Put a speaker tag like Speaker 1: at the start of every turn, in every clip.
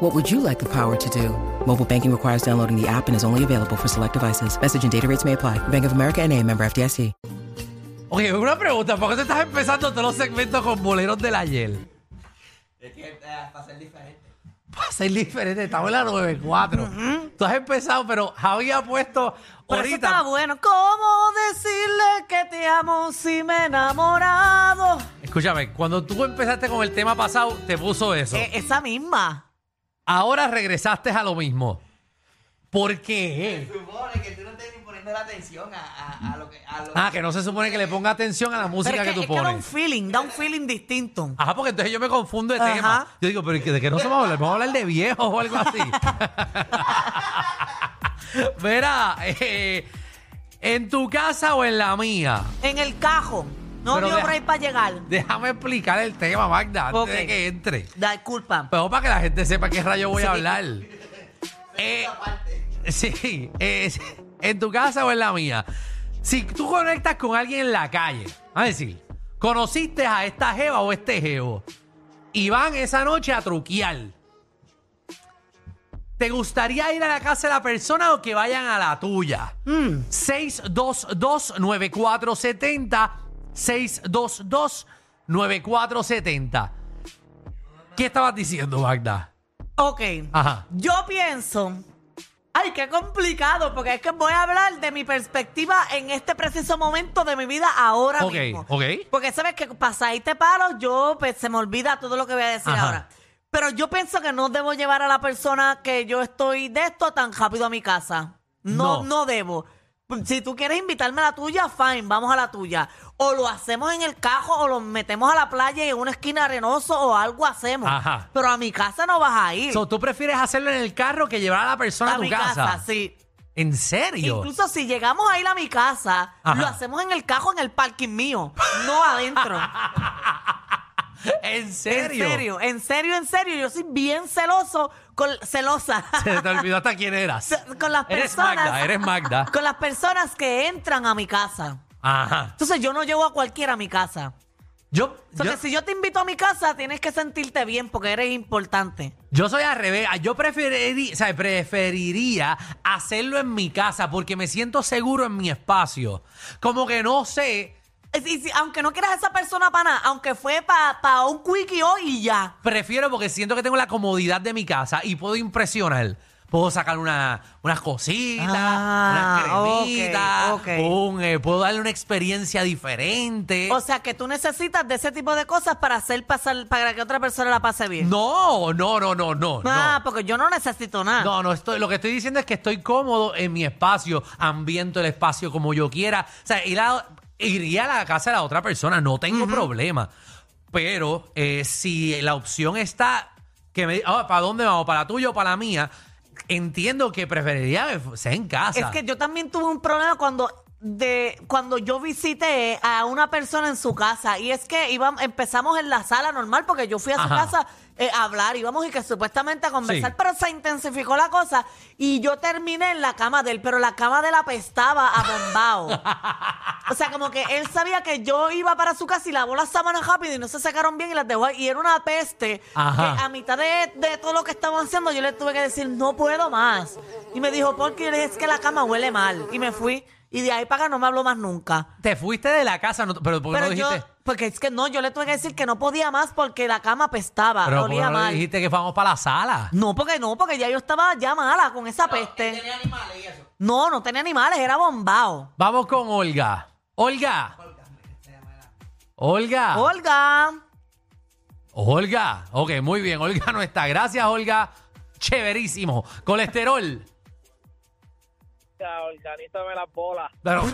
Speaker 1: What would you like the power to do? Mobile banking requires downloading the app and is only available for select devices. Message and data rates may apply. Bank of America and a member FDIC.
Speaker 2: Oye, una pregunta, ¿por qué te estás empezando todos los segmentos con boleros del ayer?
Speaker 3: eh,
Speaker 2: Para ser diferente, estamos en la 94. Tú has empezado, pero Javi ha puesto
Speaker 4: Pero eso estaba
Speaker 2: ahorita.
Speaker 4: bueno. ¿Cómo decirle que te amo si me he enamorado?
Speaker 2: Escúchame, cuando tú empezaste con el tema pasado, te puso eso.
Speaker 4: Eh, esa misma.
Speaker 2: Ahora regresaste a lo mismo. ¿Por qué?
Speaker 3: supone que tú no estés ni poniendo la atención a, a- a lo que. A lo
Speaker 2: Ah, que no se supone que le ponga atención a la música
Speaker 4: Pero es que,
Speaker 2: que, tú
Speaker 4: es que da un
Speaker 2: pones.
Speaker 4: feeling, da un feeling distinto.
Speaker 2: Ajá, porque entonces yo me confundo de
Speaker 4: Ajá.
Speaker 2: tema. Yo digo, pero ¿y que- ¿de qué no se va a hablar? ¿Vamos a hablar de viejos o algo así? Verá, eh, en tu casa o en la mía,
Speaker 4: En el cajo. No
Speaker 2: Pero
Speaker 4: dio
Speaker 2: deja-
Speaker 4: break para llegar.
Speaker 2: déjame explicar el tema, Magda, antes de
Speaker 4: Ok.
Speaker 2: que entre.
Speaker 4: Da culpa.
Speaker 2: Pero para que la gente sepa qué rayo voy a
Speaker 4: Sí.
Speaker 2: hablar. Eh, sí, eh, sí, en tu casa o en la mía. Si tú conectas con alguien en la calle, a decir, conociste a esta jeva o este jevo y van esa noche a truquear. ¿Te gustaría ir a la casa de la persona o que vayan a la tuya? 622-9470. 622-9470. ¿Qué estabas diciendo, Magda?
Speaker 4: Ok.
Speaker 2: Ajá.
Speaker 4: Yo pienso. Ay, qué complicado, porque es que voy a hablar de mi perspectiva en este preciso momento de mi vida ahora
Speaker 2: Ok,
Speaker 4: mismo.
Speaker 2: ok.
Speaker 4: Porque sabes que pasadiste paro, yo pues, se me olvida todo lo que voy a decir
Speaker 2: Ajá.
Speaker 4: ahora. Pero yo pienso que no debo llevar a la persona que yo estoy de esto tan rápido a mi casa.
Speaker 2: No.
Speaker 4: No, no, debo. Si tú quieres invitarme a la tuya, fine, vamos a la tuya. O lo hacemos en el cajo o lo metemos a la playa y en una esquina arenoso o algo hacemos.
Speaker 2: Ajá.
Speaker 4: Pero a mi casa no vas a ir.
Speaker 2: So, ¿Tú prefieres hacerlo en el carro que llevar a la persona a,
Speaker 4: a
Speaker 2: tu
Speaker 4: mi
Speaker 2: casa?
Speaker 4: sí.
Speaker 2: ¿En serio?
Speaker 4: Incluso si llegamos a ir a mi casa,
Speaker 2: Ajá.
Speaker 4: lo hacemos en el cajo en el parking mío, no adentro.
Speaker 2: ¿En serio?
Speaker 4: En serio, en serio, en serio. Yo soy bien celoso, con, celosa.
Speaker 2: Se te olvidó hasta quién eras.
Speaker 4: Ce- con las
Speaker 2: Eres
Speaker 4: personas.
Speaker 2: Magda, eres Magda.
Speaker 4: Con las personas que entran a mi casa.
Speaker 2: Ajá.
Speaker 4: Entonces yo no llevo a cualquiera a mi casa.
Speaker 2: Yo, yo,
Speaker 4: Entonces, si yo te invito a mi casa, tienes que sentirte bien porque eres importante.
Speaker 2: yo soy al revés. Ah, Yo preferiría, o sea, preferiría hacerlo en mi casa porque me siento seguro en mi espacio. Como que no sé.
Speaker 4: Es- y si- aunque no quieras a esa persona para nada, aunque fue para un quickie hoy y ya.
Speaker 2: Prefiero porque siento que tengo la comodidad de mi casa y puedo impresionar. Puedo sacar una, unas cositas,
Speaker 4: Ah,
Speaker 2: unas
Speaker 4: ok,
Speaker 2: cremitas,
Speaker 4: ok.
Speaker 2: un, eh, puedo darle una experiencia diferente.
Speaker 4: O sea, que tú necesitas de ese tipo de cosas para hacer pasar, para que otra persona la pase bien.
Speaker 2: no, no, no, no, no.
Speaker 4: Ah,
Speaker 2: no.
Speaker 4: porque yo no necesito nada.
Speaker 2: No, no, estoy, lo que estoy diciendo es que estoy cómodo en mi espacio, ambiento el espacio como yo quiera. O sea, ir a- iría a la casa de la otra persona, no tengo problema. Pero eh, si la opción está, que me ah, ¿para dónde vamos? ¿Para la tuya o para la mía? Entiendo que preferiría que sea en casa.
Speaker 4: Es que yo también tuve un problema cuando de cuando yo visité a una persona en su casa y es que íbamos, empezamos en la sala normal porque yo fui a su
Speaker 2: Ajá.
Speaker 4: casa eh, a hablar, íbamos y que supuestamente a conversar,
Speaker 2: Sí.
Speaker 4: pero se intensificó la cosa y yo terminé en la cama de él, pero la cama de él apestaba a bombao. O sea, como que él sabía que yo iba para su casa y lavó las sábanas rápido y no se sacaron bien y las dejó ahí. Y era una peste.
Speaker 2: Ajá.
Speaker 4: Que a mitad de, de todo lo que estaban haciendo, yo le tuve que decir, no puedo más. Y me dijo, porque es que la cama huele mal. Y me fui. Y de ahí para acá no me habló más nunca.
Speaker 2: Te fuiste de la casa, no- pero ¿por qué
Speaker 4: Pero
Speaker 2: no
Speaker 4: yo,
Speaker 2: dijiste?
Speaker 4: porque es que no, yo le tuve que decir que no podía más porque la cama pestaba,
Speaker 2: Pero ¿por qué
Speaker 4: ah, olía
Speaker 2: no le
Speaker 4: mal.
Speaker 2: dijiste que vamos para la sala?
Speaker 4: No, porque no, porque ya yo estaba ya mala con esa peste.
Speaker 3: tenía animales y eso.
Speaker 4: No, no tenía animales, era bombao.
Speaker 2: Vamos con Olga. Olga. Olga.
Speaker 4: Olga.
Speaker 2: Olga. Ok, muy bien. Olga no está. Gracias, Olga. Chéverísimo. Colesterol.
Speaker 5: organízame las bolas.
Speaker 2: Pero-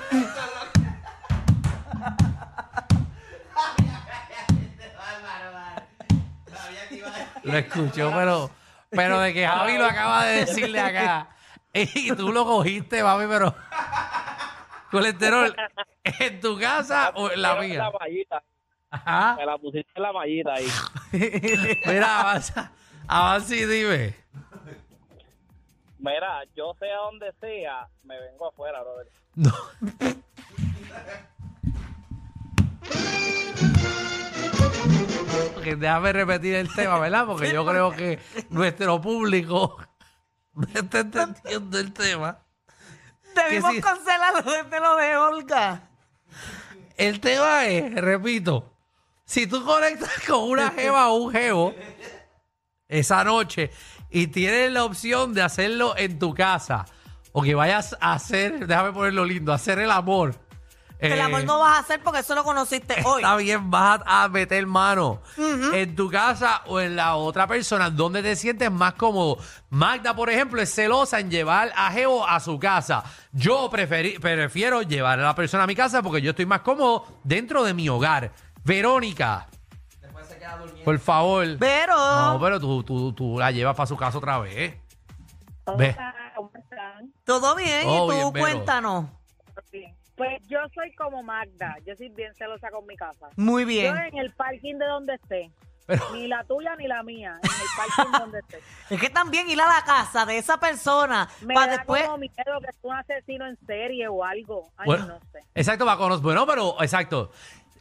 Speaker 2: lo escuchó, pero, pero de que Javi lo acaba de decirle acá. Y tú lo cogiste, papi, pero. Colesterol, ¿en tu casa o en la
Speaker 5: Pusieron
Speaker 2: mía?
Speaker 5: mallita.
Speaker 2: Ajá.
Speaker 5: Me la pusiste en la mallita ahí.
Speaker 2: Mira, avanza, avanza y dime.
Speaker 5: Mira, yo sea donde sea, me vengo afuera, brother.
Speaker 2: No. Ok, déjame repetir el tema, ¿verdad? Porque yo creo que nuestro público no está entendiendo el tema.
Speaker 4: Debimos
Speaker 2: sí.
Speaker 4: cancelarlo desde lo de Olga.
Speaker 2: El tema es, repito, si tú conectas con una jeva o un jevo esa noche y tienes la opción de hacerlo en tu casa o que vayas a hacer, déjame ponerlo lindo, hacer el amor.
Speaker 4: El
Speaker 2: eh,
Speaker 4: amor no vas a hacer porque eso lo conociste hoy.
Speaker 2: Está bien, vas a a meter mano en tu casa o en la otra persona, donde te sientes más cómodo. Magda, por ejemplo, es celosa en llevar a Geo a su casa. Yo preferi- prefiero llevar a la persona a mi casa porque yo estoy más cómodo dentro de mi hogar. Verónica. Por favor.
Speaker 4: Pero.
Speaker 2: no, pero tú, tú, tú la llevas para su casa otra vez. Ve.
Speaker 6: ¿cómo están?
Speaker 4: Todo bien,
Speaker 2: Todo
Speaker 4: y
Speaker 2: bien,
Speaker 4: tú
Speaker 2: Vero.
Speaker 4: cuéntanos.
Speaker 6: Bien. Pues yo soy como Magda, yo soy bien celosa con mi casa.
Speaker 4: Muy
Speaker 6: Yo
Speaker 4: bien.
Speaker 6: en el parking de donde esté,
Speaker 2: Pero-
Speaker 6: ni la tuya ni la mía, en el parking de donde esté.
Speaker 4: Es que también ir a la casa de esa persona
Speaker 6: Me
Speaker 4: para
Speaker 6: da
Speaker 4: después.
Speaker 6: como miedo que es un asesino en serie o algo. Ay,
Speaker 2: Bueno,
Speaker 6: no sé.
Speaker 2: Exacto, va con los- Bueno, pero exacto.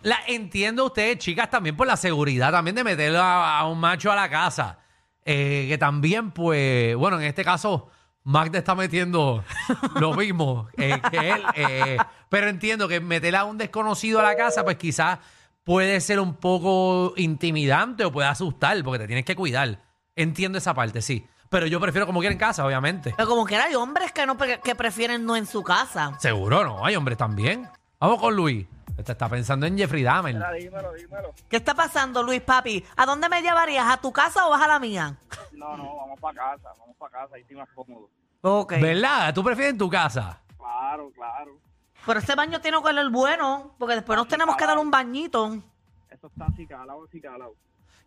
Speaker 2: La entiendo a ustedes, chicas, también por la seguridad también de meter a, a un macho a la casa. Eh, que también, pues, bueno, en este caso, Magda está metiendo lo mismo eh, que él. eh, pero entiendo que meter a un desconocido a la casa, pues quizás puede ser un poco intimidante o puede asustar, porque te tienes que cuidar. Entiendo esa parte, sí. Pero yo prefiero como quiera en casa, obviamente.
Speaker 4: Pero como quiera, hay hombres que no pre- que prefieren no en su casa.
Speaker 2: Seguro no, hay hombres también. Vamos con Luis. Este está pensando en Jeffrey Dahmer.
Speaker 5: Mira, dímelo, dímelo.
Speaker 4: ¿Qué está pasando, Luis Papi? ¿A dónde me llevarías? ¿A tu casa o vas a la mía?
Speaker 5: No, no, vamos para casa, vamos para casa, ahí estoy más cómodo.
Speaker 4: Ok.
Speaker 2: ¿Verdad? ¿Tú prefieres en tu casa?
Speaker 5: Claro, claro.
Speaker 4: Pero este baño tiene que el bueno, porque después nos tenemos que dar un bañito.
Speaker 5: Eso está acicalado, acicalado.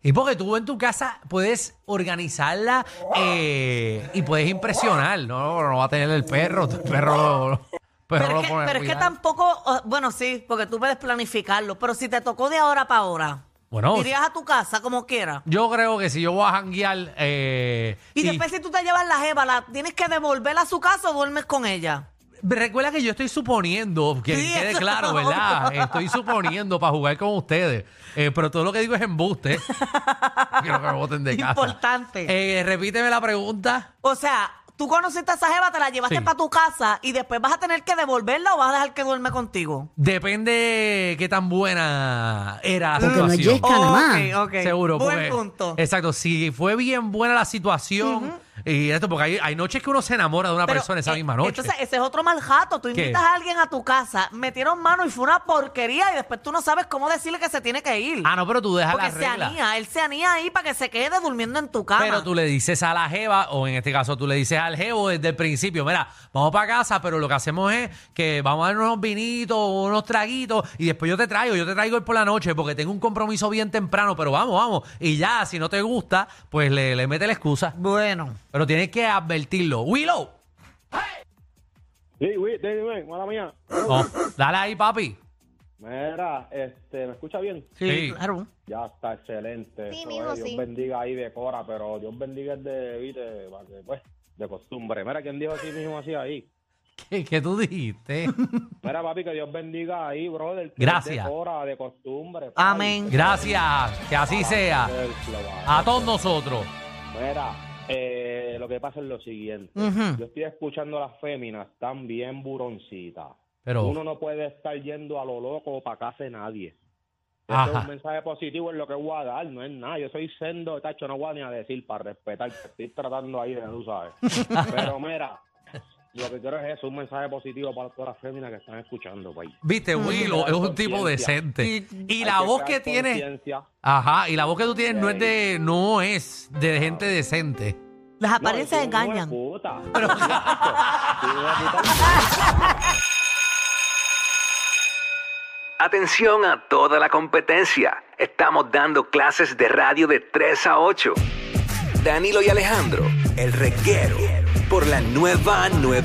Speaker 2: Y porque tú en tu casa puedes organizarla eh, y puedes impresionar. No, no va a tener el perro. El perro lo, lo- el perro
Speaker 4: Pero,
Speaker 2: lo
Speaker 4: es que,
Speaker 2: pone a
Speaker 4: pero es que
Speaker 2: cuidar.
Speaker 4: tampoco, o- bueno, sí, porque tú puedes planificarlo, pero si te tocó de ahora para ahora,
Speaker 2: Bueno,
Speaker 4: irías a tu casa como quieras.
Speaker 2: yo creo que si yo voy a janguear... eh,
Speaker 4: Y, después si tú te llevas la jeva, la tienes que devolverla a su casa o duermes con ella.
Speaker 2: Recuerda que yo estoy suponiendo, que
Speaker 4: Sí,
Speaker 2: quede
Speaker 4: eso.
Speaker 2: claro, ¿verdad? Estoy suponiendo para jugar con ustedes. Eh, pero todo lo que digo es embuste. Quiero que me boten de casa.
Speaker 4: Importante.
Speaker 2: Eh, repíteme la pregunta.
Speaker 4: O sea, tú conociste a esa jeva, te la llevaste
Speaker 2: Sí.
Speaker 4: para tu casa y después vas a tener que devolverla o vas a dejar que duerme contigo.
Speaker 2: Depende qué tan buena era la
Speaker 7: Porque no
Speaker 2: situación.
Speaker 7: llega. Canamá.
Speaker 4: Ok, ok.
Speaker 2: Seguro,
Speaker 4: Buen
Speaker 2: porque-
Speaker 4: punto.
Speaker 2: Exacto, si fue bien buena la situación y esto, porque hay, hay noches que uno se enamora de una
Speaker 4: Pero,
Speaker 2: persona esa
Speaker 4: eh,
Speaker 2: misma noche.
Speaker 4: Entonces, ese es otro mal jato. Tú
Speaker 2: ¿Qué?
Speaker 4: invitas a alguien a tu casa, metieron mano y fue una porquería y después tú no sabes cómo decirle que se tiene que ir.
Speaker 2: ah, no, pero tú dejas la
Speaker 4: Porque se
Speaker 2: regla.
Speaker 4: anía, él se anía ahí para que se quede durmiendo en tu cama.
Speaker 2: Pero tú le dices a la jeva, o en este caso tú le dices al jevo desde el principio, mira, vamos para casa, pero lo que hacemos es que vamos a dar unos vinitos, unos traguitos, y después yo te traigo, yo te traigo hoy por la noche, porque tengo un compromiso bien temprano, pero vamos, vamos. Y ya, si no te gusta, pues le, le mete la excusa.
Speaker 4: Bueno.
Speaker 2: Pero tienes que advertirlo. Willow.
Speaker 8: Sí, güey, dime, mala mía.
Speaker 2: No, dale ahí, papi.
Speaker 8: Mira, este, ¿me escucha bien?
Speaker 2: Sí.
Speaker 4: Claro.
Speaker 8: Ya está, excelente.
Speaker 9: Sí,
Speaker 8: Eso
Speaker 9: mijo,
Speaker 8: es, Dios
Speaker 9: sí.
Speaker 8: bendiga ahí de Cora, pero Dios bendiga el de, viste, para que, pues, de costumbre. Mira, ¿quién dijo así mismo así ahí?
Speaker 2: ¿Qué, qué tú dijiste?
Speaker 8: Mira, papi, que Dios bendiga ahí, brother. que
Speaker 2: Gracias.
Speaker 8: es De Cora, de costumbre. papi.
Speaker 4: Amén.
Speaker 2: Gracias. Que así sea. A todos nosotros.
Speaker 8: Mira, eh, lo que pasa es lo siguiente.
Speaker 4: Ujú.
Speaker 8: Yo estoy escuchando a las féminas tan bien buroncitas.
Speaker 2: Pero-
Speaker 8: Uno no puede estar yendo a lo loco para casa de nadie. Este
Speaker 2: Ajá.
Speaker 8: es un mensaje positivo en lo que voy a dar, no es nada. Yo soy sendo, tacho, no voy a ni a decir para respetar. Estoy tratando ahí de, tú sabes. Pero mira, Lo que quiero es eso, un mensaje positivo para todas las féminas que están escuchando, país.
Speaker 2: Viste, Willow es un tipo
Speaker 8: Conciencia.
Speaker 2: decente. Mm. Y
Speaker 8: Hay
Speaker 2: la voz que
Speaker 8: crear
Speaker 2: tiene,
Speaker 8: conciencia.
Speaker 2: ajá, y la voz que tú tienes no es de, no es de gente decente.
Speaker 4: Las
Speaker 8: No,
Speaker 4: apariencias
Speaker 8: tú eres un
Speaker 4: engañan.
Speaker 8: hijo de puta. Tú eres un hijo de puta.
Speaker 7: Atención a toda la competencia. Estamos dando clases de radio de 3 a 8. Danilo y Alejandro, el reguero, por la nueva 9.